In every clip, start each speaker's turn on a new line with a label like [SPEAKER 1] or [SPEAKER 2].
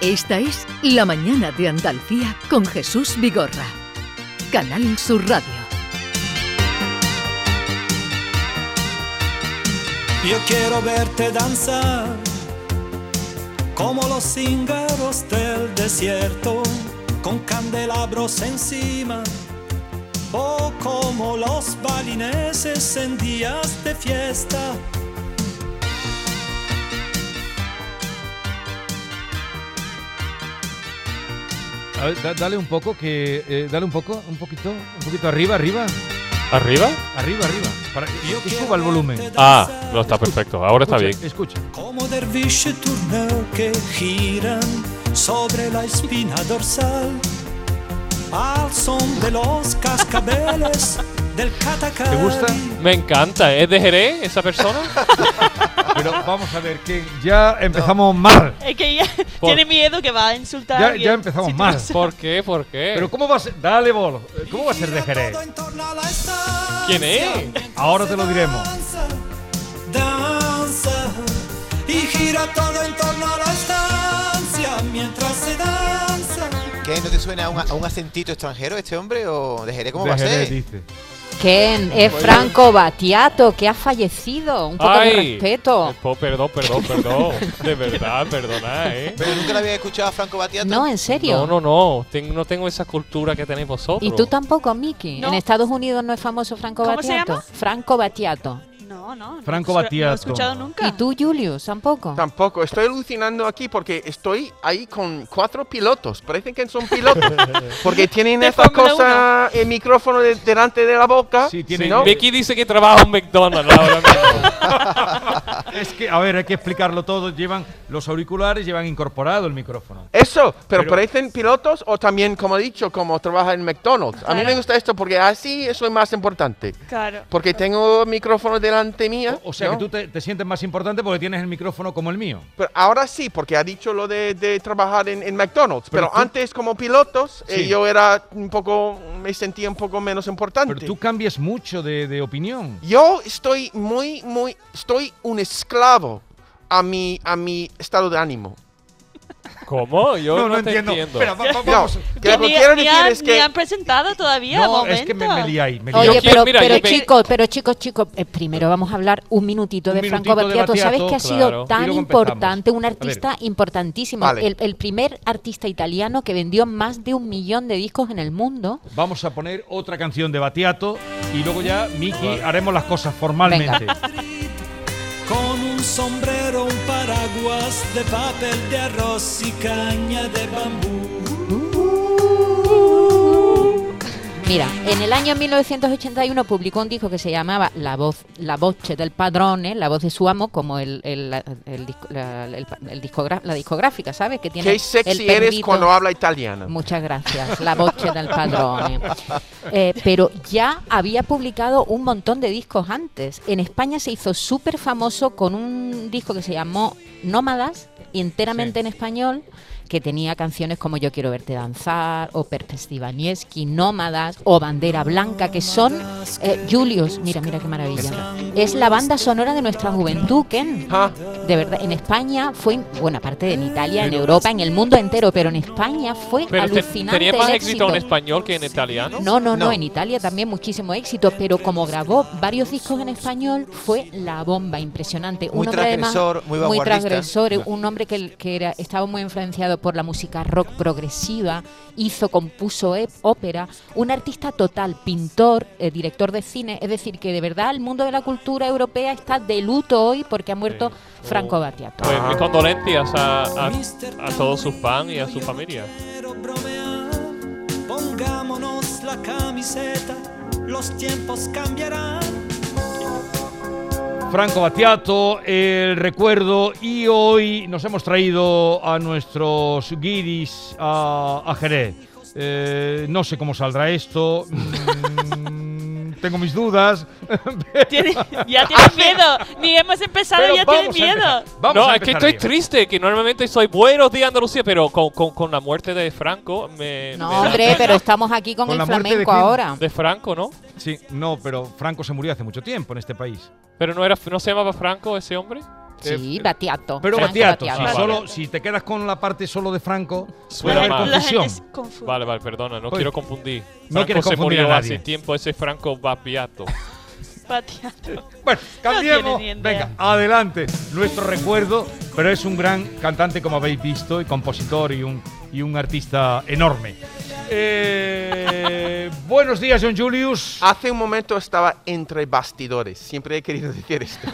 [SPEAKER 1] Esta es La Mañana de Andalucía con Jesús Vigorra. Canal Sur Radio.
[SPEAKER 2] Yo quiero verte danzar como los cíngaros del desierto con candelabros encima o como los balineses en días de fiesta.
[SPEAKER 3] A ver, da- dale un poco, que. eh, dale un poco, un poquito, un poquito arriba, arriba,
[SPEAKER 4] ¿Arriba?
[SPEAKER 3] arriba, arriba. Para que, que suba el volumen.
[SPEAKER 4] Ah, no está perfecto. Ahora está
[SPEAKER 3] escucha,
[SPEAKER 4] bien.
[SPEAKER 3] Escucha.
[SPEAKER 2] Como derviche turno que giran sobre la espina dorsal al son de los cascabeles del catacán.
[SPEAKER 3] ¿Te gusta?
[SPEAKER 4] Me encanta. ¿eh? ¿Es de Jerez esa persona?
[SPEAKER 3] Pero vamos a ver, que ya empezamos mal.
[SPEAKER 5] Es que ya
[SPEAKER 4] Por-
[SPEAKER 5] tiene miedo que va a insultar.
[SPEAKER 3] Ya-
[SPEAKER 5] a alguien.
[SPEAKER 3] ya empezamos
[SPEAKER 5] tú
[SPEAKER 3] mal.
[SPEAKER 5] no sabes.
[SPEAKER 4] ¿Por qué? ¿Por qué? Eh,
[SPEAKER 3] Pero ¿cómo va a ser? Dale, bolo. Eh, ¿Cómo va a ser de Jerez?
[SPEAKER 4] ¿Quién es?
[SPEAKER 3] Ahora te lo diremos.
[SPEAKER 2] Danza, danza y gira todo en torno a la estancia mientras se danza.
[SPEAKER 6] ¿Qué? ¿No te suena a un, a un acentito extranjero este hombre? ¿O de Jerez cómo
[SPEAKER 3] De
[SPEAKER 6] va a
[SPEAKER 3] Jerez,
[SPEAKER 6] ser?
[SPEAKER 3] dice.
[SPEAKER 7] Ken, es Franco Batiato, que ha fallecido. Un poco de
[SPEAKER 4] Ay.
[SPEAKER 7] respeto.
[SPEAKER 4] Po- perdón, perdón, perdón. De verdad, perdona, ¿eh?
[SPEAKER 6] Pero nunca la había escuchado a Franco Batiato.
[SPEAKER 7] No, en serio.
[SPEAKER 4] No, no, no. Ten- no tengo esa cultura que tenéis vosotros.
[SPEAKER 7] Y tú tampoco, Miki.
[SPEAKER 5] No.
[SPEAKER 7] En Estados Unidos no es famoso Franco
[SPEAKER 5] ¿Cómo se
[SPEAKER 7] Batiato.
[SPEAKER 5] llama?
[SPEAKER 7] Franco Batiato.
[SPEAKER 5] No, no. no
[SPEAKER 3] Franco
[SPEAKER 5] escucha- No
[SPEAKER 3] Battiato.
[SPEAKER 5] he escuchado nunca.
[SPEAKER 7] ¿Y tú, Julius? Tampoco.
[SPEAKER 8] Tampoco, estoy alucinando aquí porque estoy ahí con cuatro pilotos. Parecen que son pilotos. porque tienen
[SPEAKER 5] De
[SPEAKER 8] esta
[SPEAKER 5] Fórmula
[SPEAKER 8] cosa, el micrófono de- delante de la boca.
[SPEAKER 3] Sí, tienen-
[SPEAKER 8] ¿no?
[SPEAKER 4] Vicky dice que trabaja en McDonald's ahora mismo.
[SPEAKER 3] Es que, a ver, hay que explicarlo todo. Llevan los auriculares, llevan incorporado el micrófono.
[SPEAKER 8] Eso, pero,
[SPEAKER 3] Pero-
[SPEAKER 8] parecen pilotos o también, como he dicho, como trabaja en McDonald's. A mí
[SPEAKER 5] Claro.
[SPEAKER 8] me gusta esto porque así es lo más importante.
[SPEAKER 5] Claro.
[SPEAKER 8] Porque tengo el micrófono delante mía.
[SPEAKER 3] O sea
[SPEAKER 8] ¿no?
[SPEAKER 3] que tú te, te sientes más importante porque tienes el micrófono como el mío.
[SPEAKER 8] Pero ahora sí, porque ha dicho lo de, de trabajar en, en McDonald's.
[SPEAKER 3] Pero
[SPEAKER 8] Pero,
[SPEAKER 3] tú-
[SPEAKER 8] antes, como pilotos, eh,
[SPEAKER 3] Sí.
[SPEAKER 8] yo era un poco, me sentía un poco menos importante.
[SPEAKER 3] Pero tú cambias mucho de, de opinión.
[SPEAKER 8] Yo estoy muy, muy, estoy un esclavo a mi, a mi estado de ánimo.
[SPEAKER 4] ¿Cómo? Yo no, te entiendo.
[SPEAKER 3] Espera, va- va-
[SPEAKER 8] No,
[SPEAKER 3] vamos.
[SPEAKER 8] que lo
[SPEAKER 5] ni,
[SPEAKER 8] que quiero
[SPEAKER 5] ni
[SPEAKER 8] decir
[SPEAKER 5] han,
[SPEAKER 8] es
[SPEAKER 5] ni
[SPEAKER 8] que
[SPEAKER 5] han presentado todavía.
[SPEAKER 3] No,
[SPEAKER 5] momento.
[SPEAKER 3] es que me, me liáis. Me liáis.
[SPEAKER 7] Oye,
[SPEAKER 4] quiero-
[SPEAKER 7] pero,
[SPEAKER 4] mira,
[SPEAKER 7] pero
[SPEAKER 4] yo pe-
[SPEAKER 7] chicos, pero chicos, chicos, eh, primero vamos a hablar un minutito
[SPEAKER 3] Un
[SPEAKER 7] de
[SPEAKER 3] minutito
[SPEAKER 7] Franco
[SPEAKER 3] de
[SPEAKER 7] Battiato. Sabes que ha
[SPEAKER 3] Battiato,
[SPEAKER 7] sido
[SPEAKER 4] claro.
[SPEAKER 3] Y
[SPEAKER 7] tan
[SPEAKER 3] luego empezamos.
[SPEAKER 7] importante, un
[SPEAKER 3] A ver.
[SPEAKER 7] artista importantísimo,
[SPEAKER 8] Vale.
[SPEAKER 7] el, el primer artista italiano que vendió más de un millón de discos en el mundo.
[SPEAKER 3] Vamos a poner otra canción de Batiato y luego ya, Miki, haremos las cosas formalmente.
[SPEAKER 2] Con un sombrero, un paraguas de papel de arroz y caña de bambú.
[SPEAKER 7] Mira, en el año 1981 publicó un disco que se llamaba La voz, la voce del padrone, la voz de su amo, como el, el- la- el disco- la, el- el discogra- la discográfica, ¿sabes? Que tiene
[SPEAKER 8] qué
[SPEAKER 7] el
[SPEAKER 8] sexy eres
[SPEAKER 7] perrito.
[SPEAKER 8] cuando habla italiano.
[SPEAKER 7] Muchas gracias, la voce del padrone. Eh, pero ya había publicado un montón de discos antes. En España se hizo súper famoso con un disco que se llamó Nómadas, y enteramente
[SPEAKER 3] Sí.
[SPEAKER 7] en español, que tenía canciones como Yo quiero verte danzar, o Perspectiva Nieski, Nómadas, o Bandera Blanca, que son eh, Julius. Mira, mira qué maravilla. Es la banda sonora de nuestra juventud, Ken.
[SPEAKER 8] Ah,
[SPEAKER 7] De verdad, en España fue, bueno, aparte de en Italia, en Europa, en el mundo entero, pero en España fue
[SPEAKER 4] Pero te-
[SPEAKER 7] alucinante.
[SPEAKER 4] tenía más
[SPEAKER 7] el
[SPEAKER 4] éxito en
[SPEAKER 7] éxito.
[SPEAKER 4] español que en italiano.
[SPEAKER 7] No, no, no,
[SPEAKER 6] No.
[SPEAKER 7] en Italia también muchísimo éxito, pero como grabó varios discos en español, fue la bomba, impresionante.
[SPEAKER 6] Muy
[SPEAKER 7] un hombre además-
[SPEAKER 6] transgresor, muy vanguardista.
[SPEAKER 7] transgresor, un hombre que, que era, estaba muy influenciado por la música rock progresiva, hizo, compuso e- ópera, un artista total, pintor, eh, director de cine, es decir, que de verdad el mundo de la cultura europea está de luto hoy porque ha muerto Franco Battiato.
[SPEAKER 4] Pues mis condolencias a, a, a todos sus fans y a su familia.
[SPEAKER 2] Quiero bromear, pongámonos la camiseta, los tiempos cambiarán.
[SPEAKER 3] Franco Batiato, el recuerdo y hoy nos hemos traído a nuestros guiris a, a Jerez. Eh, no sé cómo saldrá esto. Mm, tengo mis dudas.
[SPEAKER 5] Tiene- ya tiene miedo. Ni hemos empezado,
[SPEAKER 3] Pero
[SPEAKER 5] ya tiene
[SPEAKER 3] vamos a empezar.
[SPEAKER 5] miedo.
[SPEAKER 3] Vamos
[SPEAKER 4] no,
[SPEAKER 3] a
[SPEAKER 4] es que
[SPEAKER 3] empezar
[SPEAKER 4] estoy
[SPEAKER 3] bien.
[SPEAKER 4] triste, que normalmente soy buenos días Andalucía, pero con, con, con la muerte de Franco me... me
[SPEAKER 7] No,
[SPEAKER 4] da
[SPEAKER 7] hombre,
[SPEAKER 4] pena.
[SPEAKER 7] pero estamos aquí con,
[SPEAKER 3] Con la
[SPEAKER 7] el
[SPEAKER 3] muerte de
[SPEAKER 7] flamenco
[SPEAKER 3] quién?
[SPEAKER 7] ahora.
[SPEAKER 4] De Franco, ¿no?
[SPEAKER 3] Sí, no, pero Franco se murió hace mucho tiempo en este país.
[SPEAKER 4] Pero no, era, no se llamaba Franco ese hombre.
[SPEAKER 7] Sí,
[SPEAKER 3] Eh,
[SPEAKER 7] Batiato.
[SPEAKER 3] Pero
[SPEAKER 7] Franco
[SPEAKER 3] Batiato,
[SPEAKER 7] Battiato.
[SPEAKER 3] si,
[SPEAKER 4] Vale.
[SPEAKER 3] solo, si te quedas con la parte solo de Franco, puede
[SPEAKER 4] Suena
[SPEAKER 3] haber
[SPEAKER 4] mal.
[SPEAKER 5] La
[SPEAKER 3] confusión.
[SPEAKER 5] gente se confunde.
[SPEAKER 4] Vale, vale, perdona, no
[SPEAKER 3] Oye,
[SPEAKER 4] quiero confundir.
[SPEAKER 3] no
[SPEAKER 4] Franco
[SPEAKER 3] quieres
[SPEAKER 4] se
[SPEAKER 3] confundir a
[SPEAKER 4] murió
[SPEAKER 3] nadie.
[SPEAKER 4] hace tiempo, ese Franco Battiato.
[SPEAKER 5] Pateando.
[SPEAKER 3] Bueno, cambiemos.
[SPEAKER 5] tiene ni idea.
[SPEAKER 3] Venga, adelante. Nuestro recuerdo, pero es un gran cantante, como habéis visto, y compositor y un, y un artista enorme. Eh, buenos días, John Julius.
[SPEAKER 8] Hace un momento estaba entre bastidores. Siempre he querido decir esto.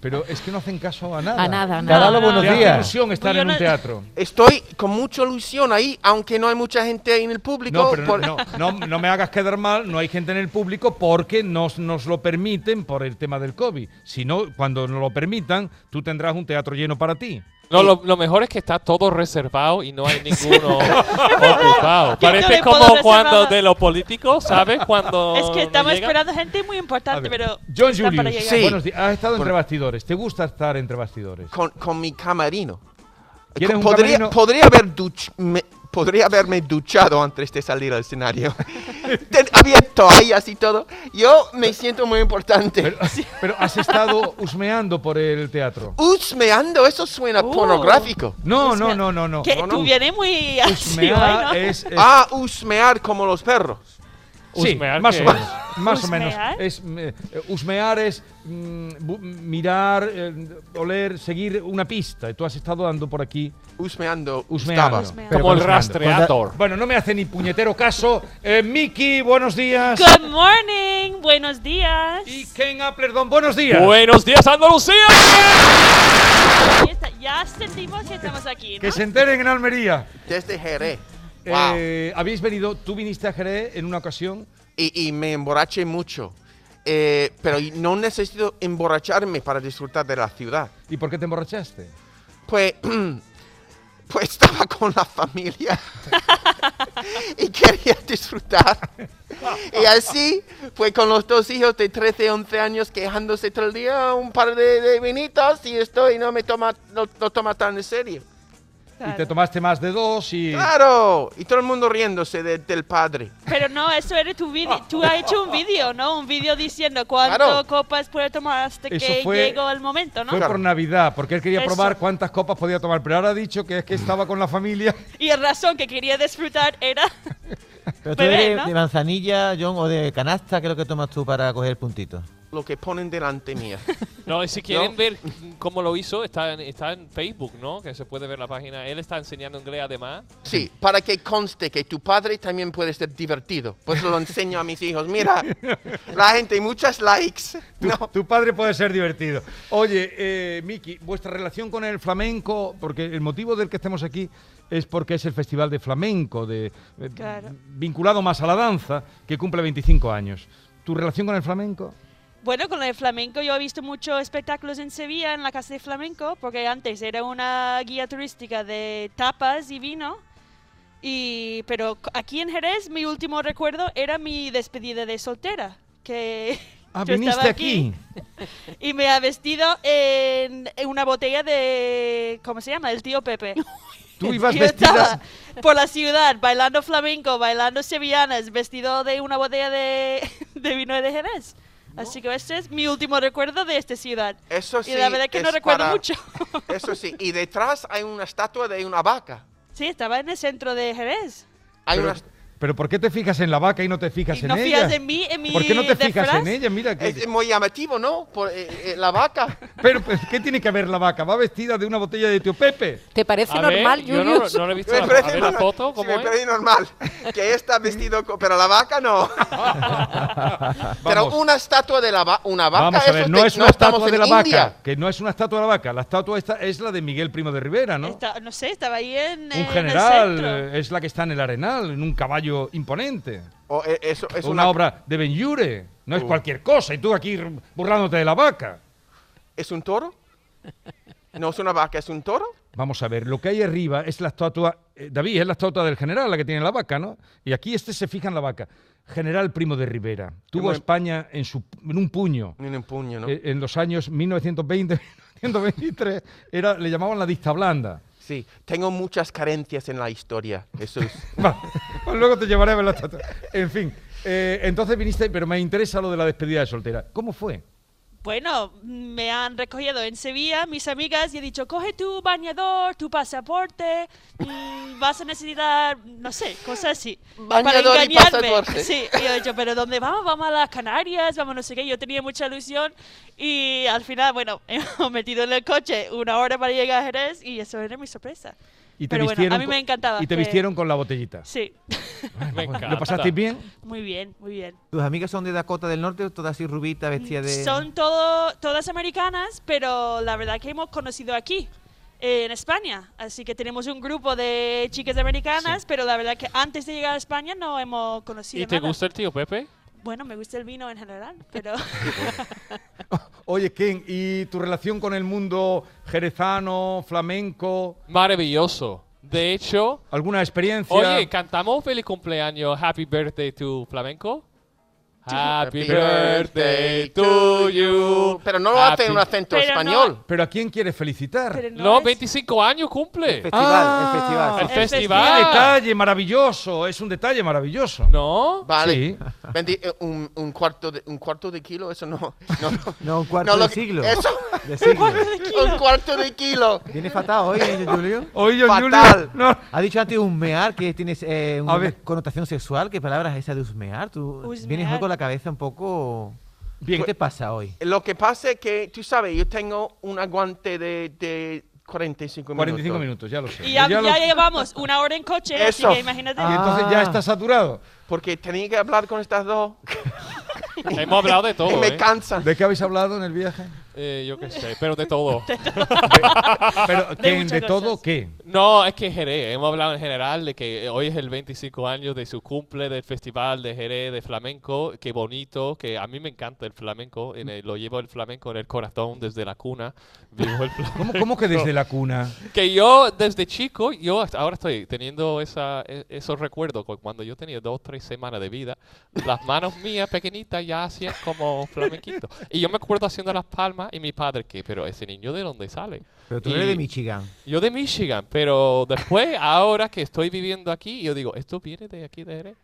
[SPEAKER 3] Pero es que no hacen caso a nada.
[SPEAKER 7] A nada, a
[SPEAKER 9] Te ha
[SPEAKER 7] nada.
[SPEAKER 9] dado los buenos
[SPEAKER 3] Le hace
[SPEAKER 9] días.
[SPEAKER 3] ilusión estar
[SPEAKER 5] Pues yo
[SPEAKER 3] en un
[SPEAKER 5] no-
[SPEAKER 3] teatro.
[SPEAKER 8] Estoy con mucha ilusión ahí, aunque no hay mucha gente ahí en el público.
[SPEAKER 3] No, pero no,
[SPEAKER 8] por-
[SPEAKER 3] no, no- no me hagas quedar mal, no hay gente en el público porque nos, nos lo permiten por el tema del COVID. Si no, cuando nos lo permitan, tú tendrás un teatro lleno para ti.
[SPEAKER 4] No, lo, lo mejor es que está todo reservado y no hay ninguno ocupado.
[SPEAKER 5] Yo no
[SPEAKER 4] Parece
[SPEAKER 5] le puedo
[SPEAKER 4] como
[SPEAKER 5] reservar
[SPEAKER 4] cuando
[SPEAKER 5] nada.
[SPEAKER 4] de los políticos, ¿sabes? Cuando
[SPEAKER 5] Es que
[SPEAKER 4] no
[SPEAKER 5] estamos
[SPEAKER 4] llega.
[SPEAKER 5] esperando gente muy
[SPEAKER 3] A
[SPEAKER 5] importante,
[SPEAKER 3] ver,
[SPEAKER 5] pero.
[SPEAKER 3] John
[SPEAKER 5] está para
[SPEAKER 3] Julius,
[SPEAKER 5] llegar.
[SPEAKER 8] Sí.
[SPEAKER 3] buenos días. has estado entre
[SPEAKER 8] Por-
[SPEAKER 3] bastidores. ¿Te gusta estar entre bastidores?
[SPEAKER 8] con, con mi camarino.
[SPEAKER 3] ¿Quieres un
[SPEAKER 8] podría,
[SPEAKER 3] camarino?
[SPEAKER 8] podría haber duch- me- podría haberme duchado antes de salir al escenario. Ten- había toallas y todo. Yo me siento muy importante.
[SPEAKER 3] Pero, pero has estado husmeando por el teatro.
[SPEAKER 8] Husmeando, eso suena
[SPEAKER 3] Oh.
[SPEAKER 5] Uh.
[SPEAKER 8] pornográfico.
[SPEAKER 3] No,
[SPEAKER 5] Pues
[SPEAKER 3] no,
[SPEAKER 5] mira,
[SPEAKER 3] no, no, no.
[SPEAKER 5] Que
[SPEAKER 3] No, no.
[SPEAKER 5] tú vienes muy así,
[SPEAKER 3] Husmear
[SPEAKER 5] ¿no?
[SPEAKER 3] es, es-
[SPEAKER 8] Ah, husmear como los perros.
[SPEAKER 3] sí,
[SPEAKER 4] husmear
[SPEAKER 3] más o
[SPEAKER 4] que-
[SPEAKER 3] menos, más o menos.
[SPEAKER 5] ¿Husmear?
[SPEAKER 3] Es, mm, eh, husmear es mm, bu- mirar, eh, oler, seguir una pista. Y tú has estado dando por aquí
[SPEAKER 8] Husmeando.
[SPEAKER 3] husmeando.
[SPEAKER 8] estaba.
[SPEAKER 5] Husmeando.
[SPEAKER 3] Pero
[SPEAKER 4] Como el
[SPEAKER 3] husmeando.
[SPEAKER 4] rastreador.
[SPEAKER 3] Bueno, no me hace ni puñetero caso. Eh, Miki, buenos días.
[SPEAKER 5] Good morning, buenos días.
[SPEAKER 3] Y Ken Applerdon, buenos días.
[SPEAKER 4] Buenos días, Andalucía.
[SPEAKER 5] Ahí está, Ya sentimos que estamos aquí, ¿no?
[SPEAKER 3] Que se enteren en Almería.
[SPEAKER 8] Desde Jerez. Wow.
[SPEAKER 3] Eh, Habéis venido, tú viniste a Jerez en una ocasión.
[SPEAKER 8] y, y me emborraché mucho. Eh, pero no necesito emborracharme para disfrutar de la ciudad.
[SPEAKER 3] ¿Y por qué te emborrachaste?
[SPEAKER 8] Pues, pues estaba con la familia y quería disfrutar. Y así fue con los dos hijos de 13 y 11 años quejándose todo el día un par de, de vinitos y esto y no me toma, no, no toma tan en serio.
[SPEAKER 3] Y te tomaste más de dos y...
[SPEAKER 8] Claro, y todo el mundo riéndose de- del padre.
[SPEAKER 5] Pero no, eso era tu vídeo. Tú has hecho un vídeo, ¿no? Un vídeo diciendo cuántas
[SPEAKER 8] Claro.
[SPEAKER 5] copas puede tomar hasta
[SPEAKER 3] Eso
[SPEAKER 5] que
[SPEAKER 3] fue-
[SPEAKER 5] llegó el momento, ¿no?
[SPEAKER 3] Fue por Navidad, porque él quería
[SPEAKER 5] Eso.
[SPEAKER 3] probar cuántas copas podía tomar, pero ahora ha dicho que es que estaba con la familia.
[SPEAKER 5] Y la razón que quería disfrutar era...
[SPEAKER 9] Pero tú
[SPEAKER 5] Bebé,
[SPEAKER 9] eres
[SPEAKER 5] ¿no?
[SPEAKER 9] de manzanilla, John, o de canasta, ¿qué es lo que tomas tú para coger puntitos?
[SPEAKER 8] Lo que ponen delante mía.
[SPEAKER 4] No, y si
[SPEAKER 8] No.
[SPEAKER 4] quieren ver cómo lo hizo, está en, está en Facebook, ¿no? Que se puede ver la página. Él está enseñando inglés además.
[SPEAKER 8] Sí, para que conste que tu padre también puede ser divertido. Pues lo enseño a mis hijos. Mira, la gente, muchas likes.
[SPEAKER 3] Tu,
[SPEAKER 8] No.
[SPEAKER 3] tu padre puede ser divertido. Oye, eh, Miki, vuestra relación con el flamenco, porque el motivo del que estemos aquí es porque es el Festival de Flamenco, de, eh,
[SPEAKER 5] Claro.
[SPEAKER 3] vinculado más a la danza, que cumple 25 años. ¿Tu relación con el flamenco?
[SPEAKER 5] Bueno, con el flamenco yo he visto muchos espectáculos en Sevilla, en la Casa de Flamenco, porque antes era una guía turística de tapas y vino. Y, pero c- aquí en Jerez mi último recuerdo era mi despedida de soltera, que
[SPEAKER 3] Ah,
[SPEAKER 5] yo
[SPEAKER 3] viniste
[SPEAKER 5] estaba
[SPEAKER 3] aquí.
[SPEAKER 5] y me ha vestido en, en una botella de... ¿Cómo se llama? El tío Pepe.
[SPEAKER 3] Tú ibas
[SPEAKER 5] Yo estaba
[SPEAKER 3] vestida.
[SPEAKER 5] por la ciudad bailando flamenco, bailando sevillanas, vestido de una botella de, de vino de Jerez. Así que ese es mi último recuerdo de esta ciudad.
[SPEAKER 8] Eso sí.
[SPEAKER 5] y la verdad es que no
[SPEAKER 8] es
[SPEAKER 5] recuerdo
[SPEAKER 8] para-
[SPEAKER 5] mucho.
[SPEAKER 8] Eso sí. Y detrás hay una estatua de una vaca.
[SPEAKER 5] sí, estaba en el centro de Jerez.
[SPEAKER 8] Hay
[SPEAKER 3] Pero,
[SPEAKER 8] una.
[SPEAKER 3] pero ¿por qué te fijas en la vaca y no te fijas
[SPEAKER 5] Y
[SPEAKER 3] en
[SPEAKER 5] no
[SPEAKER 3] ella?
[SPEAKER 5] fías en mí, en mi
[SPEAKER 3] ¿Por qué no te
[SPEAKER 5] disfraz.
[SPEAKER 3] fijas en ella? Mira que.
[SPEAKER 8] Es muy llamativo, ¿no? Por, eh, eh, la vaca.
[SPEAKER 3] Pero, pero, ¿qué tiene que ver la vaca? Va vestida de una botella de tío Pepe.
[SPEAKER 7] ¿Te parece
[SPEAKER 4] A ver,
[SPEAKER 7] normal,
[SPEAKER 4] yo no,
[SPEAKER 7] Julius?
[SPEAKER 4] no lo he visto.
[SPEAKER 8] Me
[SPEAKER 4] la-
[SPEAKER 8] parece
[SPEAKER 4] a ver la
[SPEAKER 8] normal.
[SPEAKER 4] foto,
[SPEAKER 8] Sí,
[SPEAKER 4] ¿cómo
[SPEAKER 8] me
[SPEAKER 4] es?
[SPEAKER 8] parece normal. Que está vestido, con- pero la vaca no. pero
[SPEAKER 3] Vamos.
[SPEAKER 8] una estatua de la va- una vaca.
[SPEAKER 3] Vamos a
[SPEAKER 8] eso
[SPEAKER 3] ver,
[SPEAKER 8] te-
[SPEAKER 3] no es una estatua
[SPEAKER 8] estamos
[SPEAKER 3] de
[SPEAKER 8] en
[SPEAKER 3] la
[SPEAKER 8] India.
[SPEAKER 3] vaca, que no es una estatua de la vaca, la estatua esta es la de Miguel Primo de Rivera, ¿no?
[SPEAKER 5] Esta- no sé, estaba ahí en, en
[SPEAKER 3] Un
[SPEAKER 5] el
[SPEAKER 3] general,
[SPEAKER 5] centro.
[SPEAKER 3] eh, es la que está en el Arenal, en un caballo imponente.
[SPEAKER 8] O, eh, eso es
[SPEAKER 3] Es una, obra de Benjure, no es
[SPEAKER 8] Uh.
[SPEAKER 3] cualquier cosa, y tú aquí r- burlándote de la vaca.
[SPEAKER 8] ¿Es un toro? No es una vaca, es un toro.
[SPEAKER 3] Vamos a ver, lo que hay arriba es la estatua, eh, David, es la estatua del general, la que tiene la vaca, ¿no? Y aquí este se fija en la vaca. General Primo de Rivera, tuvo a
[SPEAKER 8] Hombre.
[SPEAKER 3] España en, su, en un puño.
[SPEAKER 8] Ni un puño, ¿no?
[SPEAKER 3] Eh, en los años 1920, 1923, era, le llamaban la dicta blanda.
[SPEAKER 8] Sí, tengo muchas carencias en la historia, Jesús.
[SPEAKER 3] Va, pues luego te llevaré a ver la estatua. En fin, eh, entonces viniste, pero me interesa lo de la despedida de soltera. ¿Cómo fue?
[SPEAKER 5] Bueno, me han recogido en Sevilla mis amigas y he dicho, coge tu bañador, tu pasaporte, mm, vas a necesitar, no sé, cosas así.
[SPEAKER 8] Bañador y
[SPEAKER 5] engañarme.
[SPEAKER 8] pasaporte.
[SPEAKER 5] Sí, y yo he dicho, pero ¿dónde vamos? Vamos a las Canarias, vamos no sé qué. Yo tenía mucha ilusión y al final, bueno, hemos metido en el coche una hora para llegar a Jerez y eso era mi sorpresa.
[SPEAKER 3] Y te
[SPEAKER 5] pero bueno, a
[SPEAKER 3] vistieron
[SPEAKER 5] mí
[SPEAKER 3] co-
[SPEAKER 5] me encantaba.
[SPEAKER 3] Y te
[SPEAKER 5] que-
[SPEAKER 3] vistieron con la botellita. pues,
[SPEAKER 5] Sí,
[SPEAKER 4] Me encanta.
[SPEAKER 3] ¿Lo pasasteis bien?
[SPEAKER 5] muy bien, muy bien. Mm,
[SPEAKER 9] ¿Tus amigas son de Dakota del Norte o todas así rubitas, vestidas de...?
[SPEAKER 5] Son todo, todas americanas, pero la verdad que hemos conocido aquí, eh, en España. Así que tenemos un grupo de chicas americanas, pero la verdad que antes de llegar a España no hemos conocido
[SPEAKER 4] ¿Y te
[SPEAKER 5] nada.
[SPEAKER 4] gusta el tío Pepe?
[SPEAKER 5] Bueno, me gusta el vino en general, pero
[SPEAKER 3] Oye, Ken, ¿y tu relación con el mundo jerezano, flamenco?
[SPEAKER 4] Maravilloso. De hecho,
[SPEAKER 3] ¿Alguna experiencia?
[SPEAKER 4] oye, cantamos feliz cumpleaños, Happy Birthday to Flamenco. Happy Birthday to you.
[SPEAKER 8] Pero no lo
[SPEAKER 4] Happy-
[SPEAKER 8] hace en un acento
[SPEAKER 5] Pero no-
[SPEAKER 8] español.
[SPEAKER 3] ¿Pero a quién quieres felicitar?
[SPEAKER 5] pero
[SPEAKER 4] No,
[SPEAKER 5] es-
[SPEAKER 4] 25 años
[SPEAKER 9] El
[SPEAKER 4] cumple.
[SPEAKER 9] festival,
[SPEAKER 3] Ah.
[SPEAKER 9] el festival.
[SPEAKER 4] El
[SPEAKER 5] El
[SPEAKER 3] ¡Qué
[SPEAKER 5] festival.
[SPEAKER 4] festival.
[SPEAKER 3] detalle maravilloso! Es un detalle maravilloso.
[SPEAKER 4] No.
[SPEAKER 8] Vale.
[SPEAKER 3] Sí.
[SPEAKER 8] Vendi- eh, un, un cuarto de, ¿Un cuarto de kilo? Eso no. No, no.
[SPEAKER 9] No, un cuarto
[SPEAKER 8] No, lo
[SPEAKER 9] de
[SPEAKER 8] que-
[SPEAKER 9] siglo.
[SPEAKER 8] eso.
[SPEAKER 9] De siglo.
[SPEAKER 8] un cuarto de kilo.
[SPEAKER 9] Viene fatal hoy, Julio.
[SPEAKER 3] Oye, John
[SPEAKER 8] Fatal.
[SPEAKER 3] Julio, no.
[SPEAKER 9] Ha dicho antes husmear, que tienes eh,
[SPEAKER 3] A
[SPEAKER 9] una
[SPEAKER 3] ver.
[SPEAKER 9] connotación sexual. ¿Qué palabra es esa de husmear? Tú vienes hoy
[SPEAKER 5] Husmear.
[SPEAKER 9] con la cabeza un poco...
[SPEAKER 3] Bien.
[SPEAKER 9] ¿Qué te pasa hoy?
[SPEAKER 8] Lo que pasa es que, tú sabes, yo tengo un aguante de, de 45 minutos.
[SPEAKER 3] 45 minutos, ya lo sé.
[SPEAKER 5] Y ya,
[SPEAKER 3] Ya lo-
[SPEAKER 5] ya llevamos una hora en coche,
[SPEAKER 8] Eso.
[SPEAKER 5] así que imagínate.
[SPEAKER 3] Y entonces ya
[SPEAKER 9] Ah.
[SPEAKER 3] está saturado.
[SPEAKER 8] Porque tenía que hablar con estas dos.
[SPEAKER 4] Hemos hablado de
[SPEAKER 8] y
[SPEAKER 4] todo.
[SPEAKER 8] me
[SPEAKER 4] ¿eh?
[SPEAKER 8] cansan.
[SPEAKER 3] ¿De qué habéis hablado en el viaje?
[SPEAKER 4] Eh, yo qué sé, pero de todo.
[SPEAKER 3] Pero, Ken,
[SPEAKER 5] muchas
[SPEAKER 3] ¿de todo
[SPEAKER 5] cosas.
[SPEAKER 3] qué?
[SPEAKER 4] No, es que Jerez, hemos hablado en general de que hoy es el 25 años de su cumple del Festival de Jerez de Flamenco, qué bonito, que a mí me encanta el flamenco, en el- lo llevo el flamenco en el corazón desde la cuna, vivo el flamenco.
[SPEAKER 3] ¿Cómo, cómo que desde la cuna?
[SPEAKER 4] Que yo desde chico, yo hasta ahora estoy teniendo esa, e- esos recuerdos, cu- cuando yo tenía dos, tres semanas de vida, las manos mías pequeñitas ya hacían como flamenquito. Y yo me acuerdo haciendo las palmas y mi padre, que, pero ese niño de dónde sale?
[SPEAKER 9] Pero tú
[SPEAKER 4] Y-
[SPEAKER 9] eres de Michigan.
[SPEAKER 4] yo de Michigan, pero después, ahora que estoy viviendo aquí, yo digo, esto viene de aquí de Jerez,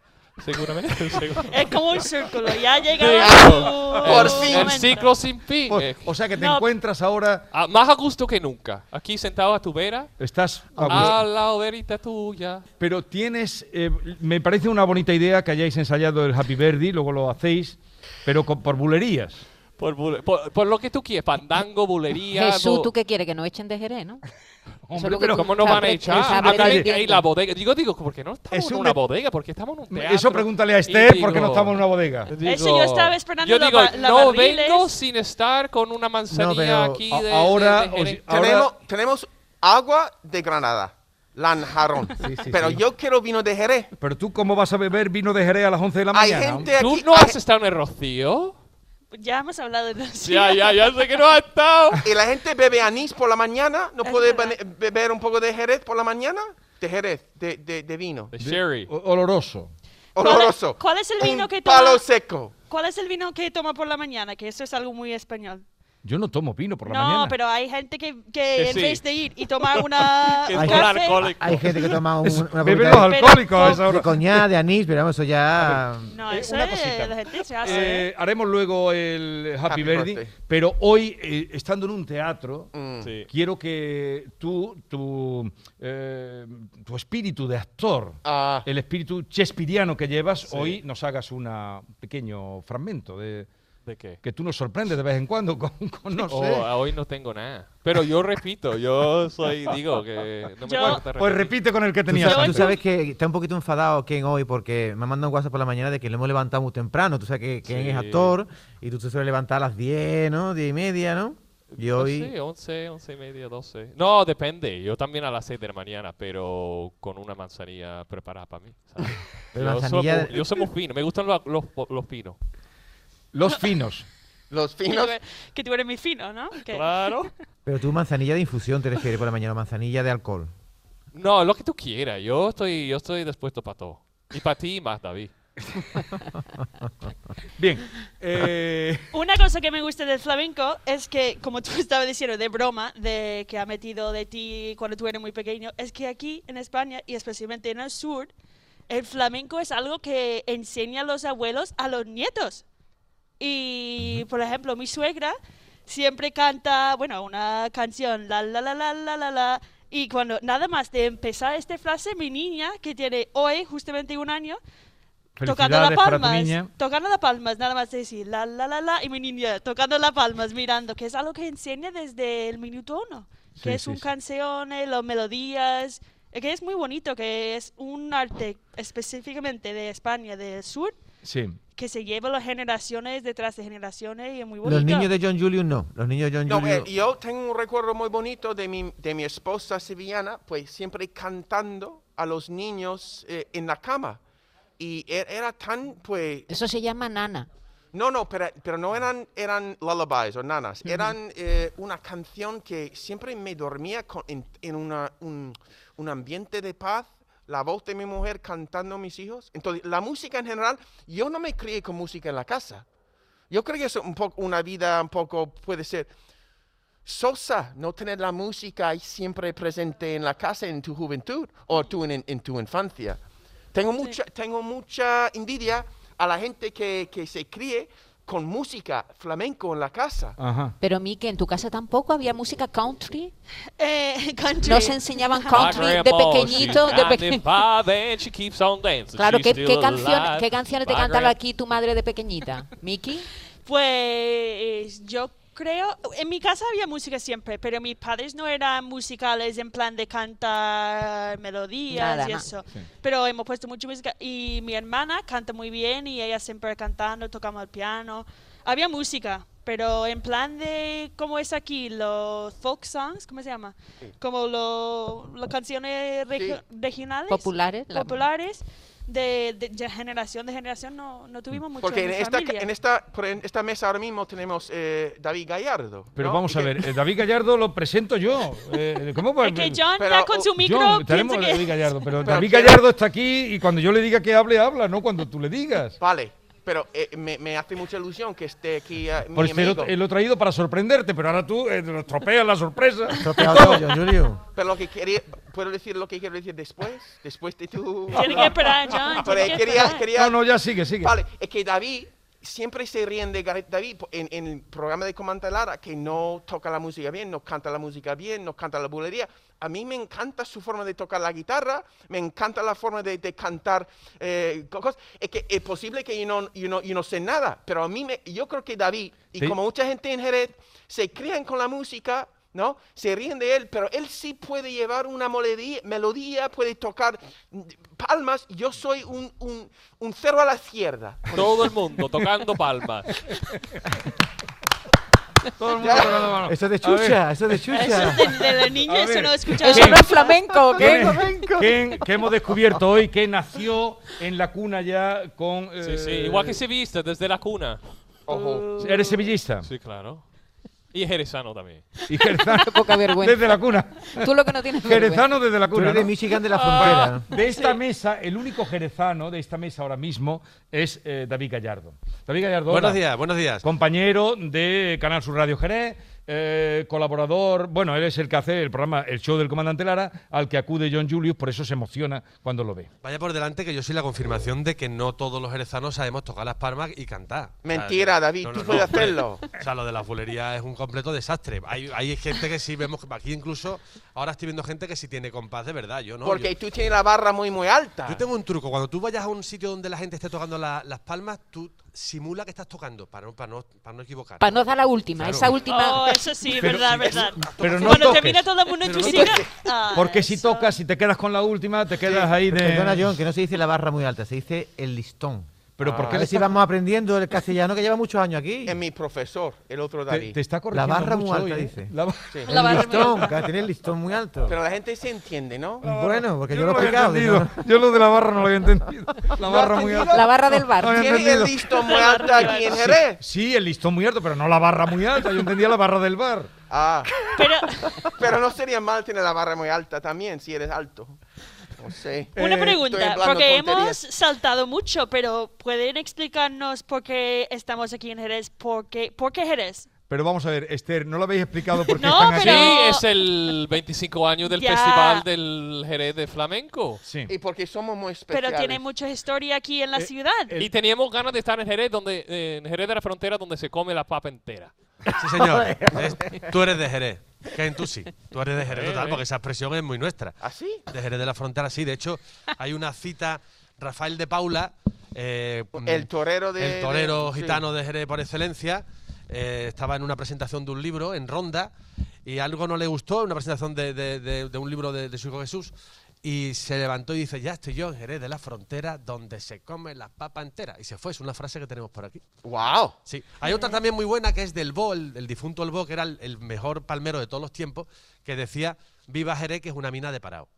[SPEAKER 4] seguramente. seguramente.
[SPEAKER 5] Es como un círculo, ya llegamos.
[SPEAKER 4] Claro.
[SPEAKER 8] Por
[SPEAKER 4] El-
[SPEAKER 8] fin.
[SPEAKER 4] El ciclo sin fin.
[SPEAKER 3] Pues,
[SPEAKER 4] eh,
[SPEAKER 3] o sea que te
[SPEAKER 5] No.
[SPEAKER 3] encuentras ahora,
[SPEAKER 4] a- más a gusto que nunca. Aquí sentado a tu vera,
[SPEAKER 3] estás a gusto.
[SPEAKER 5] Ah.
[SPEAKER 4] a la verita tuya.
[SPEAKER 3] Pero tienes, eh, me parece una bonita idea que hayáis ensayado el Happy Verdi, luego lo hacéis, pero con- por bulerías.
[SPEAKER 4] Por, bule- por, por lo que tú quieres, pandango, bulería.
[SPEAKER 7] Jesús,
[SPEAKER 4] bo-
[SPEAKER 7] ¿tú qué quieres? Que nos echen de Jerez, ¿no? Eso es
[SPEAKER 3] Hombre,
[SPEAKER 7] lo que
[SPEAKER 3] pero
[SPEAKER 7] tú-
[SPEAKER 4] ¿Cómo nos
[SPEAKER 7] o sea,
[SPEAKER 4] van a
[SPEAKER 7] pre-
[SPEAKER 4] echar?
[SPEAKER 7] o sea,
[SPEAKER 4] A calle,
[SPEAKER 7] pretende-
[SPEAKER 4] ahí la bodega. Digo, digo, porque no estamos
[SPEAKER 3] Es
[SPEAKER 4] en
[SPEAKER 3] un
[SPEAKER 4] una
[SPEAKER 3] de-
[SPEAKER 4] bodega, porque estamos en un teatro.
[SPEAKER 3] Eso pregúntale a Esther porque no estamos en una bodega.
[SPEAKER 5] Eso yo estaba esperando
[SPEAKER 4] Yo
[SPEAKER 5] la
[SPEAKER 4] digo,
[SPEAKER 5] ba- la
[SPEAKER 4] no
[SPEAKER 5] barriles.
[SPEAKER 4] vengo sin estar con una manzanilla
[SPEAKER 9] pero
[SPEAKER 4] aquí
[SPEAKER 3] a-
[SPEAKER 4] de.
[SPEAKER 3] ahora
[SPEAKER 4] de- de Jerez.
[SPEAKER 3] os- Ahora-
[SPEAKER 8] Tenemos, tenemos agua de Granada, Lanjarón.
[SPEAKER 3] sí,
[SPEAKER 8] pero
[SPEAKER 3] sí.
[SPEAKER 8] yo quiero vino de Jerez.
[SPEAKER 3] Pero tú, ¿cómo vas a beber vino de Jerez a las 11 de la
[SPEAKER 8] Hay
[SPEAKER 3] mañana?
[SPEAKER 8] gente aquí.
[SPEAKER 4] ¿Tú no
[SPEAKER 8] hay-
[SPEAKER 4] has estado en el Rocío?
[SPEAKER 5] Ya hemos hablado de eso.
[SPEAKER 4] Ya, ya, ya sé que no has estado.
[SPEAKER 8] y la gente bebe anís por la mañana. ¿No
[SPEAKER 5] Es
[SPEAKER 8] puede
[SPEAKER 5] verdad.
[SPEAKER 8] bene- beber un poco de Jerez por la mañana? De Jerez, de, de- de vino.
[SPEAKER 4] De Sherry.
[SPEAKER 3] O- Oloroso.
[SPEAKER 5] ¿Cuál es-
[SPEAKER 8] Oloroso.
[SPEAKER 5] cuál es el vino
[SPEAKER 8] Un
[SPEAKER 5] que toma?
[SPEAKER 8] Palo seco.
[SPEAKER 5] ¿Cuál es el vino que toma por la mañana? Que eso es algo muy español.
[SPEAKER 3] Yo no tomo vino por la
[SPEAKER 5] no,
[SPEAKER 3] mañana.
[SPEAKER 5] pero hay gente que, que,
[SPEAKER 4] Que
[SPEAKER 5] en
[SPEAKER 4] sí.
[SPEAKER 5] vez de ir y tomar una
[SPEAKER 4] Que
[SPEAKER 5] un
[SPEAKER 4] es
[SPEAKER 9] todo
[SPEAKER 5] café,
[SPEAKER 4] alcohólico.
[SPEAKER 9] Hay gente que toma un- una
[SPEAKER 3] Beben
[SPEAKER 9] copita
[SPEAKER 3] los
[SPEAKER 9] de-
[SPEAKER 3] alcohólicos a esa
[SPEAKER 9] de
[SPEAKER 3] hora.
[SPEAKER 9] coñac, de anís, pero vamos, eso ya...
[SPEAKER 5] No,
[SPEAKER 3] Eh,
[SPEAKER 5] eso
[SPEAKER 3] una
[SPEAKER 5] es-
[SPEAKER 3] cosita.
[SPEAKER 5] la gente se hace.
[SPEAKER 3] Eh, haremos luego el Happy,
[SPEAKER 8] Happy
[SPEAKER 3] Verdi,
[SPEAKER 8] birthday.
[SPEAKER 3] pero hoy, eh, estando en un teatro,
[SPEAKER 8] Mm.
[SPEAKER 4] Sí.
[SPEAKER 3] quiero que tú, tu, eh, tu espíritu de actor,
[SPEAKER 8] Ah,
[SPEAKER 3] el espíritu chespiriano que llevas, hoy nos hagas una- un pequeño fragmento de
[SPEAKER 4] ¿De qué?
[SPEAKER 3] que tú nos sorprendes de vez en cuando con, con no
[SPEAKER 4] Oh,
[SPEAKER 3] sé.
[SPEAKER 9] Ah,
[SPEAKER 4] hoy no tengo nada. Pero yo repito, yo soy, digo que no me
[SPEAKER 5] Yo-
[SPEAKER 4] gusta
[SPEAKER 3] Pues
[SPEAKER 4] repetir.
[SPEAKER 3] repite con el que
[SPEAKER 9] Tú
[SPEAKER 3] tenías.
[SPEAKER 9] sabes, tú
[SPEAKER 3] antes.
[SPEAKER 9] sabes que está un poquito enfadado Ken hoy porque me ha mandado un WhatsApp por la mañana de que lo hemos levantado muy temprano. Tú sabes que Ken
[SPEAKER 4] Sí.
[SPEAKER 9] es actor y tú te sueles levantar a las 10, ¿no? 10 y media, ¿no?
[SPEAKER 3] Pues
[SPEAKER 9] Y
[SPEAKER 4] No
[SPEAKER 9] hoy...
[SPEAKER 4] sé, 11, 11 y media, 12. No, depende. Yo también a las 6 de la mañana, pero con una manzanilla preparada para mí. ¿sabes?
[SPEAKER 9] Pero
[SPEAKER 4] yo, soy
[SPEAKER 9] manzanilla-
[SPEAKER 4] muy- yo soy muy fino. Me gustan los, los, los finos.
[SPEAKER 3] Los finos.
[SPEAKER 8] los
[SPEAKER 5] que, tú
[SPEAKER 8] finos.
[SPEAKER 5] eres, que tú eres mi fino, ¿no? Que-
[SPEAKER 4] Claro.
[SPEAKER 9] Pero tú manzanilla de infusión te refieres por la mañana, manzanilla de alcohol.
[SPEAKER 4] No, lo que tú quieras. Yo estoy, yo estoy dispuesto para todo. Y para ti más, David.
[SPEAKER 3] Bien. eh,
[SPEAKER 5] Una cosa que me gusta del flamenco es que, como tú estabas diciendo, de broma, de que ha metido de ti cuando tú eres muy pequeño, es que aquí en España y especialmente en el sur, el flamenco es algo que enseña los abuelos a los nietos. Y, por ejemplo, mi suegra siempre canta, bueno, una canción, la, la, la, la, la, la, la. Y cuando, nada más de empezar esta frase, mi niña, que tiene hoy justamente un año, tocando las
[SPEAKER 3] Felicidades para tu
[SPEAKER 5] palmas,
[SPEAKER 3] niña.
[SPEAKER 5] tocando las palmas, nada más decir la la la la y mi niña tocando las palmas, mirando, que es algo que enseña desde el minuto uno,
[SPEAKER 3] Sí,
[SPEAKER 5] que es
[SPEAKER 3] sí,
[SPEAKER 5] un
[SPEAKER 3] sí.
[SPEAKER 5] canciones, las melodías, eh, que es muy bonito, que es un arte específicamente de España del sur
[SPEAKER 3] Sí.
[SPEAKER 5] que se lleva las generaciones detrás de generaciones y es muy bonito.
[SPEAKER 9] Los niños de John Julius no. Los niños de John
[SPEAKER 8] No, eh,
[SPEAKER 9] Julius.
[SPEAKER 8] yo tengo un recuerdo muy bonito de mi, de mi esposa sevillana, pues siempre cantando a los niños eh, en la cama. Y e- era tan, pues,
[SPEAKER 7] Eso se llama nana.
[SPEAKER 8] no, no, pero, pero no eran, eran lullabies o nanas, eran eh, una canción que siempre me dormía con- en, en una- un, un ambiente de paz, la voz de mi mujer cantando a mis hijos. Entonces, la música en general, yo no me crié con música en la casa. Yo creo que es un poco una vida un poco puede ser sosa, no tener la música ahí siempre presente en la casa en tu juventud o tú en, en tu infancia. Tengo mucha, tengo mucha envidia a la gente que, que se críe con música flamenco en la casa.
[SPEAKER 3] Ajá.
[SPEAKER 7] Pero Miki, en tu casa tampoco había música country.
[SPEAKER 5] Eh, country.
[SPEAKER 7] No se enseñaban
[SPEAKER 4] Ah,
[SPEAKER 7] country de pequeñito, de pequeñito. Claro, ¿qué, qué, canción, ¿qué canciones te cantaba aquí tu madre de pequeñita? ¿Miki?
[SPEAKER 5] Pues yo creo, en mi casa había música siempre, pero mis padres no eran musicales en plan de cantar melodías
[SPEAKER 7] Nada,
[SPEAKER 5] y
[SPEAKER 7] na-
[SPEAKER 5] eso.
[SPEAKER 3] Sí.
[SPEAKER 5] Pero hemos puesto mucha música y mi hermana canta muy bien y ella siempre cantando, tocamos el piano. Había música, pero en plan de, ¿cómo es aquí? Los folk songs, ¿cómo se llama? Como lo- las canciones regio- regionales.
[SPEAKER 7] Populares, la-
[SPEAKER 5] Populares. De, de- de generación de generación no, no tuvimos mucho
[SPEAKER 8] Porque
[SPEAKER 5] en
[SPEAKER 8] en
[SPEAKER 5] mi
[SPEAKER 8] esta,
[SPEAKER 5] familia.
[SPEAKER 8] en, esta, por en esta mesa ahora mismo tenemos eh, David Gallardo.
[SPEAKER 3] Pero
[SPEAKER 8] ¿no?
[SPEAKER 3] vamos
[SPEAKER 8] Y
[SPEAKER 3] a
[SPEAKER 8] que-
[SPEAKER 3] ver, eh, David Gallardo lo presento yo. Eh, ¿Cómo va-
[SPEAKER 5] Es que John
[SPEAKER 8] Pero,
[SPEAKER 5] ya con su micro
[SPEAKER 3] John, tenemos a
[SPEAKER 5] piensa que...
[SPEAKER 3] David Gallardo, pero,
[SPEAKER 8] Pero
[SPEAKER 3] David
[SPEAKER 8] quiero-
[SPEAKER 3] Gallardo está aquí y cuando yo le diga que hable, habla, no cuando tú le digas.
[SPEAKER 8] Vale, pero eh, me, me hace mucha ilusión que esté aquí eh, mi
[SPEAKER 3] Por este
[SPEAKER 8] amigo.
[SPEAKER 3] lo, eh, lo he traído para sorprenderte, pero ahora tú eh, nos tropeas la sorpresa.
[SPEAKER 9] Tropeado todo, John Julius.
[SPEAKER 8] Pero lo que quería, ¿puedo decir lo que quiero decir después? Después de tu...
[SPEAKER 5] Tiene que esperar, John.
[SPEAKER 8] Pero
[SPEAKER 5] tiene que
[SPEAKER 8] quería,
[SPEAKER 5] esperar.
[SPEAKER 8] quería...
[SPEAKER 3] No, no, ya sigue, sigue.
[SPEAKER 8] Vale, es que David siempre se ríen de Gareth David po- en, en el programa de Comanta Lara, que no toca la música bien, no canta la música bien, no canta la bulería. A mí me encanta su forma de tocar la guitarra, me encanta la forma de, de cantar eh, co- cosas. Es que es posible que yo no, yo, no, yo no sé nada, pero a mí me, yo creo que David, y
[SPEAKER 3] Sí.
[SPEAKER 8] como mucha gente en Jerez, se crían con la música. ¿No? Se ríen de él, pero él sí puede llevar una melodía, melodía puede tocar mm, palmas. Yo soy un, un, un cero a la izquierda.
[SPEAKER 4] Todo el mundo tocando palmas.
[SPEAKER 3] Todo el mundo con la mano.
[SPEAKER 9] Eso es de
[SPEAKER 3] A ver,
[SPEAKER 9] chucha, eso es de
[SPEAKER 5] Eso
[SPEAKER 9] chucha.
[SPEAKER 5] es de, de los niños,
[SPEAKER 3] A
[SPEAKER 5] eso
[SPEAKER 3] ver.
[SPEAKER 5] no he escuchado.
[SPEAKER 7] Eso no es flamenco, ¿qué?
[SPEAKER 3] ¿Quién, quién- que hemos descubierto hoy que nació en la cuna ya con...
[SPEAKER 4] Sí,
[SPEAKER 3] eh,
[SPEAKER 4] sí. Igual que se viste desde la cuna.
[SPEAKER 8] Ojo.
[SPEAKER 3] Eres sevillista
[SPEAKER 4] Sí, claro. Y es jerezano también.
[SPEAKER 3] y jerezano
[SPEAKER 7] Poca vergüenza.
[SPEAKER 3] desde la cuna.
[SPEAKER 7] Tú lo que no tienes vergüenza.
[SPEAKER 3] Jerezano desde la
[SPEAKER 9] Tú
[SPEAKER 3] cuna.
[SPEAKER 9] eres de
[SPEAKER 3] ¿no? Ah,
[SPEAKER 9] Michigan de la frontera.
[SPEAKER 3] De esta mesa, el único jerezano de esta mesa ahora mismo es eh, David Gallardo. David Gallardo.
[SPEAKER 10] Buenos
[SPEAKER 3] hola.
[SPEAKER 10] días, buenos días.
[SPEAKER 3] Compañero de Canal Sur Radio Jerez, eh, colaborador, bueno, él es el que hace el programa El Show del Comandante Lara, al que acude John Julius, por eso se emociona cuando lo ve.
[SPEAKER 10] Vaya por delante que yo soy la confirmación de que no todos los jerezanos sabemos tocar las palmas y cantar. O sea,
[SPEAKER 8] Mentira,
[SPEAKER 10] no-
[SPEAKER 8] David, tú
[SPEAKER 10] hombre.
[SPEAKER 8] puedes hacerlo.
[SPEAKER 10] O sea, lo de la fulería es un completo desastre. Hay, hay gente que sí vemos aquí incluso ahora estoy viendo gente que sí tiene compás de verdad, yo no.
[SPEAKER 8] Porque
[SPEAKER 10] yo,
[SPEAKER 8] tú tienes la barra muy, muy alta.
[SPEAKER 10] yo tengo un truco, cuando tú vayas a un sitio donde la gente esté tocando la- las palmas, tú simula que estás tocando para no para no para no equivocar.
[SPEAKER 7] Para no dar la última,
[SPEAKER 10] Claro.
[SPEAKER 7] esa última.
[SPEAKER 5] Oh, eso sí, verdad, verdad.
[SPEAKER 3] Pero no
[SPEAKER 5] Cuando
[SPEAKER 3] toques,
[SPEAKER 5] termina todo el mundo en tu silla. ah,
[SPEAKER 3] porque si
[SPEAKER 5] eso.
[SPEAKER 3] tocas y te quedas con la última, te quedas ahí de...
[SPEAKER 9] Perdona, John, que no se dice la barra muy alta, se dice el listón.
[SPEAKER 3] Pero ¿por
[SPEAKER 9] Porque
[SPEAKER 3] qué
[SPEAKER 9] a
[SPEAKER 3] le
[SPEAKER 9] ver si
[SPEAKER 3] está-
[SPEAKER 9] vamos aprendiendo el castellano que lleva muchos años aquí.
[SPEAKER 8] Es mi profesor, el otro
[SPEAKER 3] te,
[SPEAKER 8] David.
[SPEAKER 3] te está corrigiendo
[SPEAKER 9] barra muy
[SPEAKER 3] mucho
[SPEAKER 9] alta,
[SPEAKER 3] hoy, ¿eh?
[SPEAKER 9] dice.
[SPEAKER 3] La ba-
[SPEAKER 8] Sí.
[SPEAKER 5] La barra
[SPEAKER 9] el
[SPEAKER 5] muy
[SPEAKER 9] listón, que tiene el listón muy alto.
[SPEAKER 8] Pero la gente se entiende, ¿no?
[SPEAKER 9] bueno, porque yo,
[SPEAKER 3] no
[SPEAKER 9] lo he explicado. que
[SPEAKER 3] entendido.
[SPEAKER 9] no-
[SPEAKER 3] Yo lo de la barra no lo había entendido. La barra muy
[SPEAKER 8] entendido?
[SPEAKER 3] alta.
[SPEAKER 7] La barra
[SPEAKER 3] No
[SPEAKER 7] del
[SPEAKER 3] había
[SPEAKER 7] bar.
[SPEAKER 8] Tiene el
[SPEAKER 3] entendido.
[SPEAKER 8] listo muy alto aquí en Jerez.
[SPEAKER 3] Sí, el listón muy alto, pero no la barra muy alta. Yo entendía la barra del bar.
[SPEAKER 8] Ah,
[SPEAKER 5] Pero
[SPEAKER 8] pero no sería mal tener la barra muy alta también si eres alto. No sé.
[SPEAKER 5] una
[SPEAKER 8] Eh, estoy
[SPEAKER 5] pregunta,
[SPEAKER 8] hablando
[SPEAKER 5] porque hemos
[SPEAKER 8] tonterías.
[SPEAKER 5] saltado mucho, pero ¿pueden explicarnos por qué estamos aquí en Jerez? ¿Por qué, por qué Jerez?
[SPEAKER 3] Pero vamos a ver, Esther, no lo habéis explicado por qué
[SPEAKER 5] No,
[SPEAKER 3] están
[SPEAKER 5] pero-
[SPEAKER 3] aquí.
[SPEAKER 4] Sí, es el 25 años del
[SPEAKER 5] Ya.
[SPEAKER 4] Festival del Jerez de Flamenco.
[SPEAKER 3] Sí.
[SPEAKER 8] Y porque somos muy especiales.
[SPEAKER 5] Pero tiene mucha historia aquí en la
[SPEAKER 3] Eh,
[SPEAKER 5] ciudad.
[SPEAKER 3] eh, El-
[SPEAKER 4] Y teníamos ganas de estar en Jerez, donde, eh, en Jerez de la Frontera, donde se come la papa entera.
[SPEAKER 10] Sí, señor. Es- tú eres de Jerez. Ken, tú sí. Tú eres de Jerez
[SPEAKER 4] Eh,
[SPEAKER 10] total,
[SPEAKER 4] eh.
[SPEAKER 10] porque esa expresión es muy nuestra.
[SPEAKER 8] ¿Así?
[SPEAKER 10] De Jerez de la Frontera, sí. De hecho, hay una cita, Rafael de Paula, eh,
[SPEAKER 8] El torero de.
[SPEAKER 10] el torero
[SPEAKER 8] de- sí.
[SPEAKER 10] gitano de Jerez por excelencia, eh, estaba en una presentación de un libro en Ronda y algo no le gustó, una presentación de, de- de- de un libro de, de su hijo Jesús, y se levantó y dice, ya estoy yo en Jerez de la Frontera, donde se come la papa entera. Y se fue, es una frase que tenemos por aquí.
[SPEAKER 8] ¡Wow!
[SPEAKER 10] Sí, hay otra también muy buena que es del Bo, el, el difunto El Bo, que era el, el mejor palmero de todos los tiempos, que decía, viva Jerez, que es una mina de parado.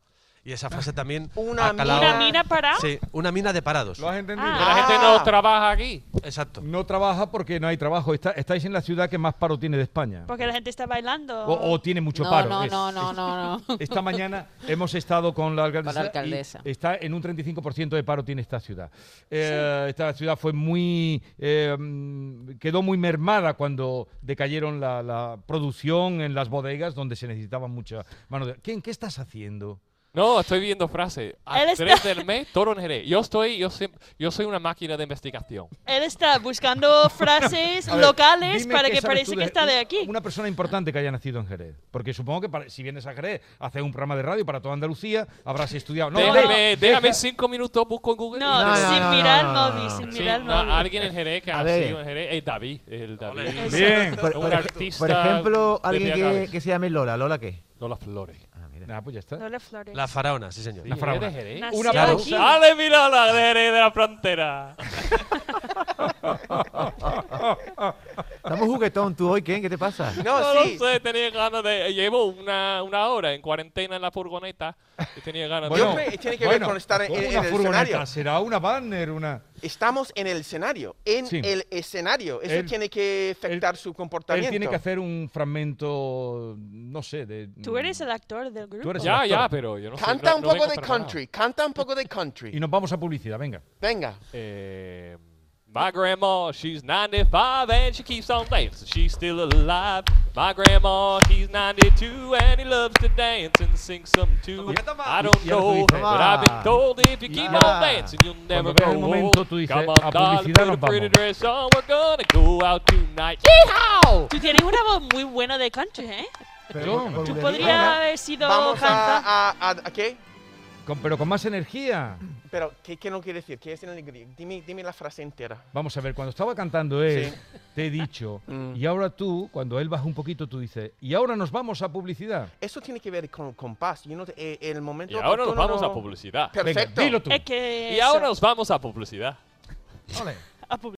[SPEAKER 10] Y esa frase también
[SPEAKER 8] Una
[SPEAKER 10] ha calado-
[SPEAKER 5] ¿Una mina para? Ah,
[SPEAKER 10] Sí, una mina de parados.
[SPEAKER 3] ¿Lo has entendido?
[SPEAKER 7] Ah.
[SPEAKER 4] Pero la gente no trabaja aquí.
[SPEAKER 10] Exacto.
[SPEAKER 3] No trabaja porque no hay trabajo. Está- estáis en la ciudad que más paro tiene de España.
[SPEAKER 5] Porque la gente está bailando.
[SPEAKER 3] O, o tiene mucho
[SPEAKER 7] no,
[SPEAKER 3] paro.
[SPEAKER 7] no,
[SPEAKER 3] Es-
[SPEAKER 7] no, no, no, no.
[SPEAKER 3] Esta mañana hemos estado con la alcaldesa.
[SPEAKER 7] Con la
[SPEAKER 3] y
[SPEAKER 7] alcaldesa.
[SPEAKER 3] está en un 35% de paro tiene esta ciudad. Eh, Esta ciudad fue muy. eh, mm, quedó muy mermada cuando decayeron la, la producción en las bodegas donde se necesitaba mucha mano de. ¿Qué, qué estás haciendo?
[SPEAKER 4] No, estoy viendo frases. A
[SPEAKER 5] Él está-
[SPEAKER 4] 3 del mes, todo en Jerez. Yo, estoy, yo, siem- yo soy una máquina de investigación.
[SPEAKER 5] Él está buscando frases
[SPEAKER 3] A ver,
[SPEAKER 5] locales
[SPEAKER 3] dime
[SPEAKER 5] para
[SPEAKER 3] qué
[SPEAKER 5] que
[SPEAKER 3] sabes
[SPEAKER 5] parece
[SPEAKER 3] tú
[SPEAKER 5] que está de aquí.
[SPEAKER 3] Una persona importante que haya nacido en Jerez. Porque supongo que para- si vienes a Jerez, haces un programa de radio para toda Andalucía, habrás estudiado. No,
[SPEAKER 4] déjame,
[SPEAKER 3] no,
[SPEAKER 4] déjame
[SPEAKER 3] deja-
[SPEAKER 4] cinco minutos, busco en Google.
[SPEAKER 5] No,
[SPEAKER 9] No,
[SPEAKER 5] sin
[SPEAKER 9] no, no,
[SPEAKER 5] mirar
[SPEAKER 9] no,
[SPEAKER 5] móvil,
[SPEAKER 9] no,
[SPEAKER 5] sin
[SPEAKER 4] Sí,
[SPEAKER 5] mirar
[SPEAKER 4] no,
[SPEAKER 5] móvil.
[SPEAKER 4] alguien en Jerez que
[SPEAKER 9] A
[SPEAKER 4] ha
[SPEAKER 9] ver.
[SPEAKER 4] nacido en Jerez. Es David, el David.
[SPEAKER 5] Eso.
[SPEAKER 3] Bien.
[SPEAKER 9] Por,
[SPEAKER 4] Un
[SPEAKER 9] por ej-
[SPEAKER 4] artista
[SPEAKER 9] por ejemplo, alguien
[SPEAKER 4] de
[SPEAKER 9] que,
[SPEAKER 4] Gales.
[SPEAKER 9] que se llame Lola. ¿Lola qué?
[SPEAKER 4] No las flores.
[SPEAKER 9] Ah, mira.
[SPEAKER 3] Ah, pues ya está.
[SPEAKER 5] No le flores.
[SPEAKER 10] La faraona, sí señor.
[SPEAKER 4] Sí,
[SPEAKER 3] La
[SPEAKER 4] Jerez
[SPEAKER 3] faraona.
[SPEAKER 4] de Jerez.
[SPEAKER 5] Nació
[SPEAKER 3] una pausa.
[SPEAKER 5] aquí.
[SPEAKER 4] ¡Dale, mira la de Jerez de la Frontera!
[SPEAKER 9] Estamos juguetón tú hoy, Ken. ¿Qué te pasa?
[SPEAKER 8] No,
[SPEAKER 4] No
[SPEAKER 8] sí.
[SPEAKER 4] lo sé, tenía ganas de. Llevo una, una hora en cuarentena en la furgoneta y tenía ganas
[SPEAKER 8] Bueno.
[SPEAKER 4] de.
[SPEAKER 8] creo que tiene que ver con estar en-
[SPEAKER 3] ¿cómo
[SPEAKER 8] en- en
[SPEAKER 3] una
[SPEAKER 8] el
[SPEAKER 3] furgoneta?
[SPEAKER 8] escenario.
[SPEAKER 3] Será una banner, una.
[SPEAKER 8] Estamos en el escenario. En
[SPEAKER 3] Sí.
[SPEAKER 8] el escenario. Eso
[SPEAKER 3] Él-
[SPEAKER 8] tiene que afectar
[SPEAKER 3] él-
[SPEAKER 8] su
[SPEAKER 3] Él
[SPEAKER 8] comportamiento.
[SPEAKER 3] tiene que hacer un fragmento, no sé, de.
[SPEAKER 5] Tú eres el actor del grupo.
[SPEAKER 3] eres el
[SPEAKER 4] Ya,
[SPEAKER 3] actor.
[SPEAKER 4] ya, pero yo no sé,
[SPEAKER 8] Canta
[SPEAKER 4] no-
[SPEAKER 8] un
[SPEAKER 4] no
[SPEAKER 8] poco
[SPEAKER 4] vengo
[SPEAKER 8] de
[SPEAKER 4] preparado.
[SPEAKER 8] country. Canta un poco de country.
[SPEAKER 3] Y nos vamos a publicidad, venga.
[SPEAKER 8] Venga.
[SPEAKER 4] Eh, my grandma, she's 95 and she keeps on dancing. She's still alive. My grandma, he's 92 and he loves to dance and sing some too. I don't
[SPEAKER 3] Y ahora tú
[SPEAKER 4] know,
[SPEAKER 3] dices,
[SPEAKER 4] but I've been
[SPEAKER 9] "Toma".
[SPEAKER 4] told if you
[SPEAKER 3] Y
[SPEAKER 4] keep
[SPEAKER 3] ya.
[SPEAKER 4] on dancing, you'll
[SPEAKER 3] Cuando
[SPEAKER 4] never
[SPEAKER 3] veas
[SPEAKER 4] grow
[SPEAKER 3] el momento,
[SPEAKER 4] old.
[SPEAKER 3] tú dices,
[SPEAKER 4] Come
[SPEAKER 3] "A
[SPEAKER 4] on, darling,
[SPEAKER 3] publicidad
[SPEAKER 4] put a
[SPEAKER 3] nos
[SPEAKER 4] pretty
[SPEAKER 3] vamos".
[SPEAKER 4] dress on. We're gonna go out tonight. Yeehaw!
[SPEAKER 5] Tú tienes una voz muy buena de country, ¿eh?
[SPEAKER 3] Pero,
[SPEAKER 5] Tú
[SPEAKER 9] Volvería.
[SPEAKER 5] podrías
[SPEAKER 8] Ahora
[SPEAKER 5] haber sido
[SPEAKER 8] Vamos a,
[SPEAKER 5] cantante.
[SPEAKER 8] a, a- ¿a qué?
[SPEAKER 3] con, pero con más energía.
[SPEAKER 8] Pero, ¿qué, qué no quiere decir? ¿Qué es en el griego? Dime, dime la frase entera.
[SPEAKER 3] Vamos a ver, cuando estaba cantando él,
[SPEAKER 8] Sí.
[SPEAKER 3] te he dicho,
[SPEAKER 8] Mm.
[SPEAKER 3] y ahora tú, cuando él baja un poquito, tú dices, y ahora nos vamos a publicidad.
[SPEAKER 8] Eso tiene que ver con el compás. Y no, te- eh, el momento
[SPEAKER 4] Y ahora nos
[SPEAKER 8] oportuno
[SPEAKER 4] vamos
[SPEAKER 8] no-
[SPEAKER 4] a publicidad.
[SPEAKER 3] Venga,
[SPEAKER 8] Perfecto.
[SPEAKER 3] dilo tú.
[SPEAKER 5] Es que
[SPEAKER 4] Y ahora nos vamos a publicidad.
[SPEAKER 3] Ole.
[SPEAKER 5] eso, a publicidad.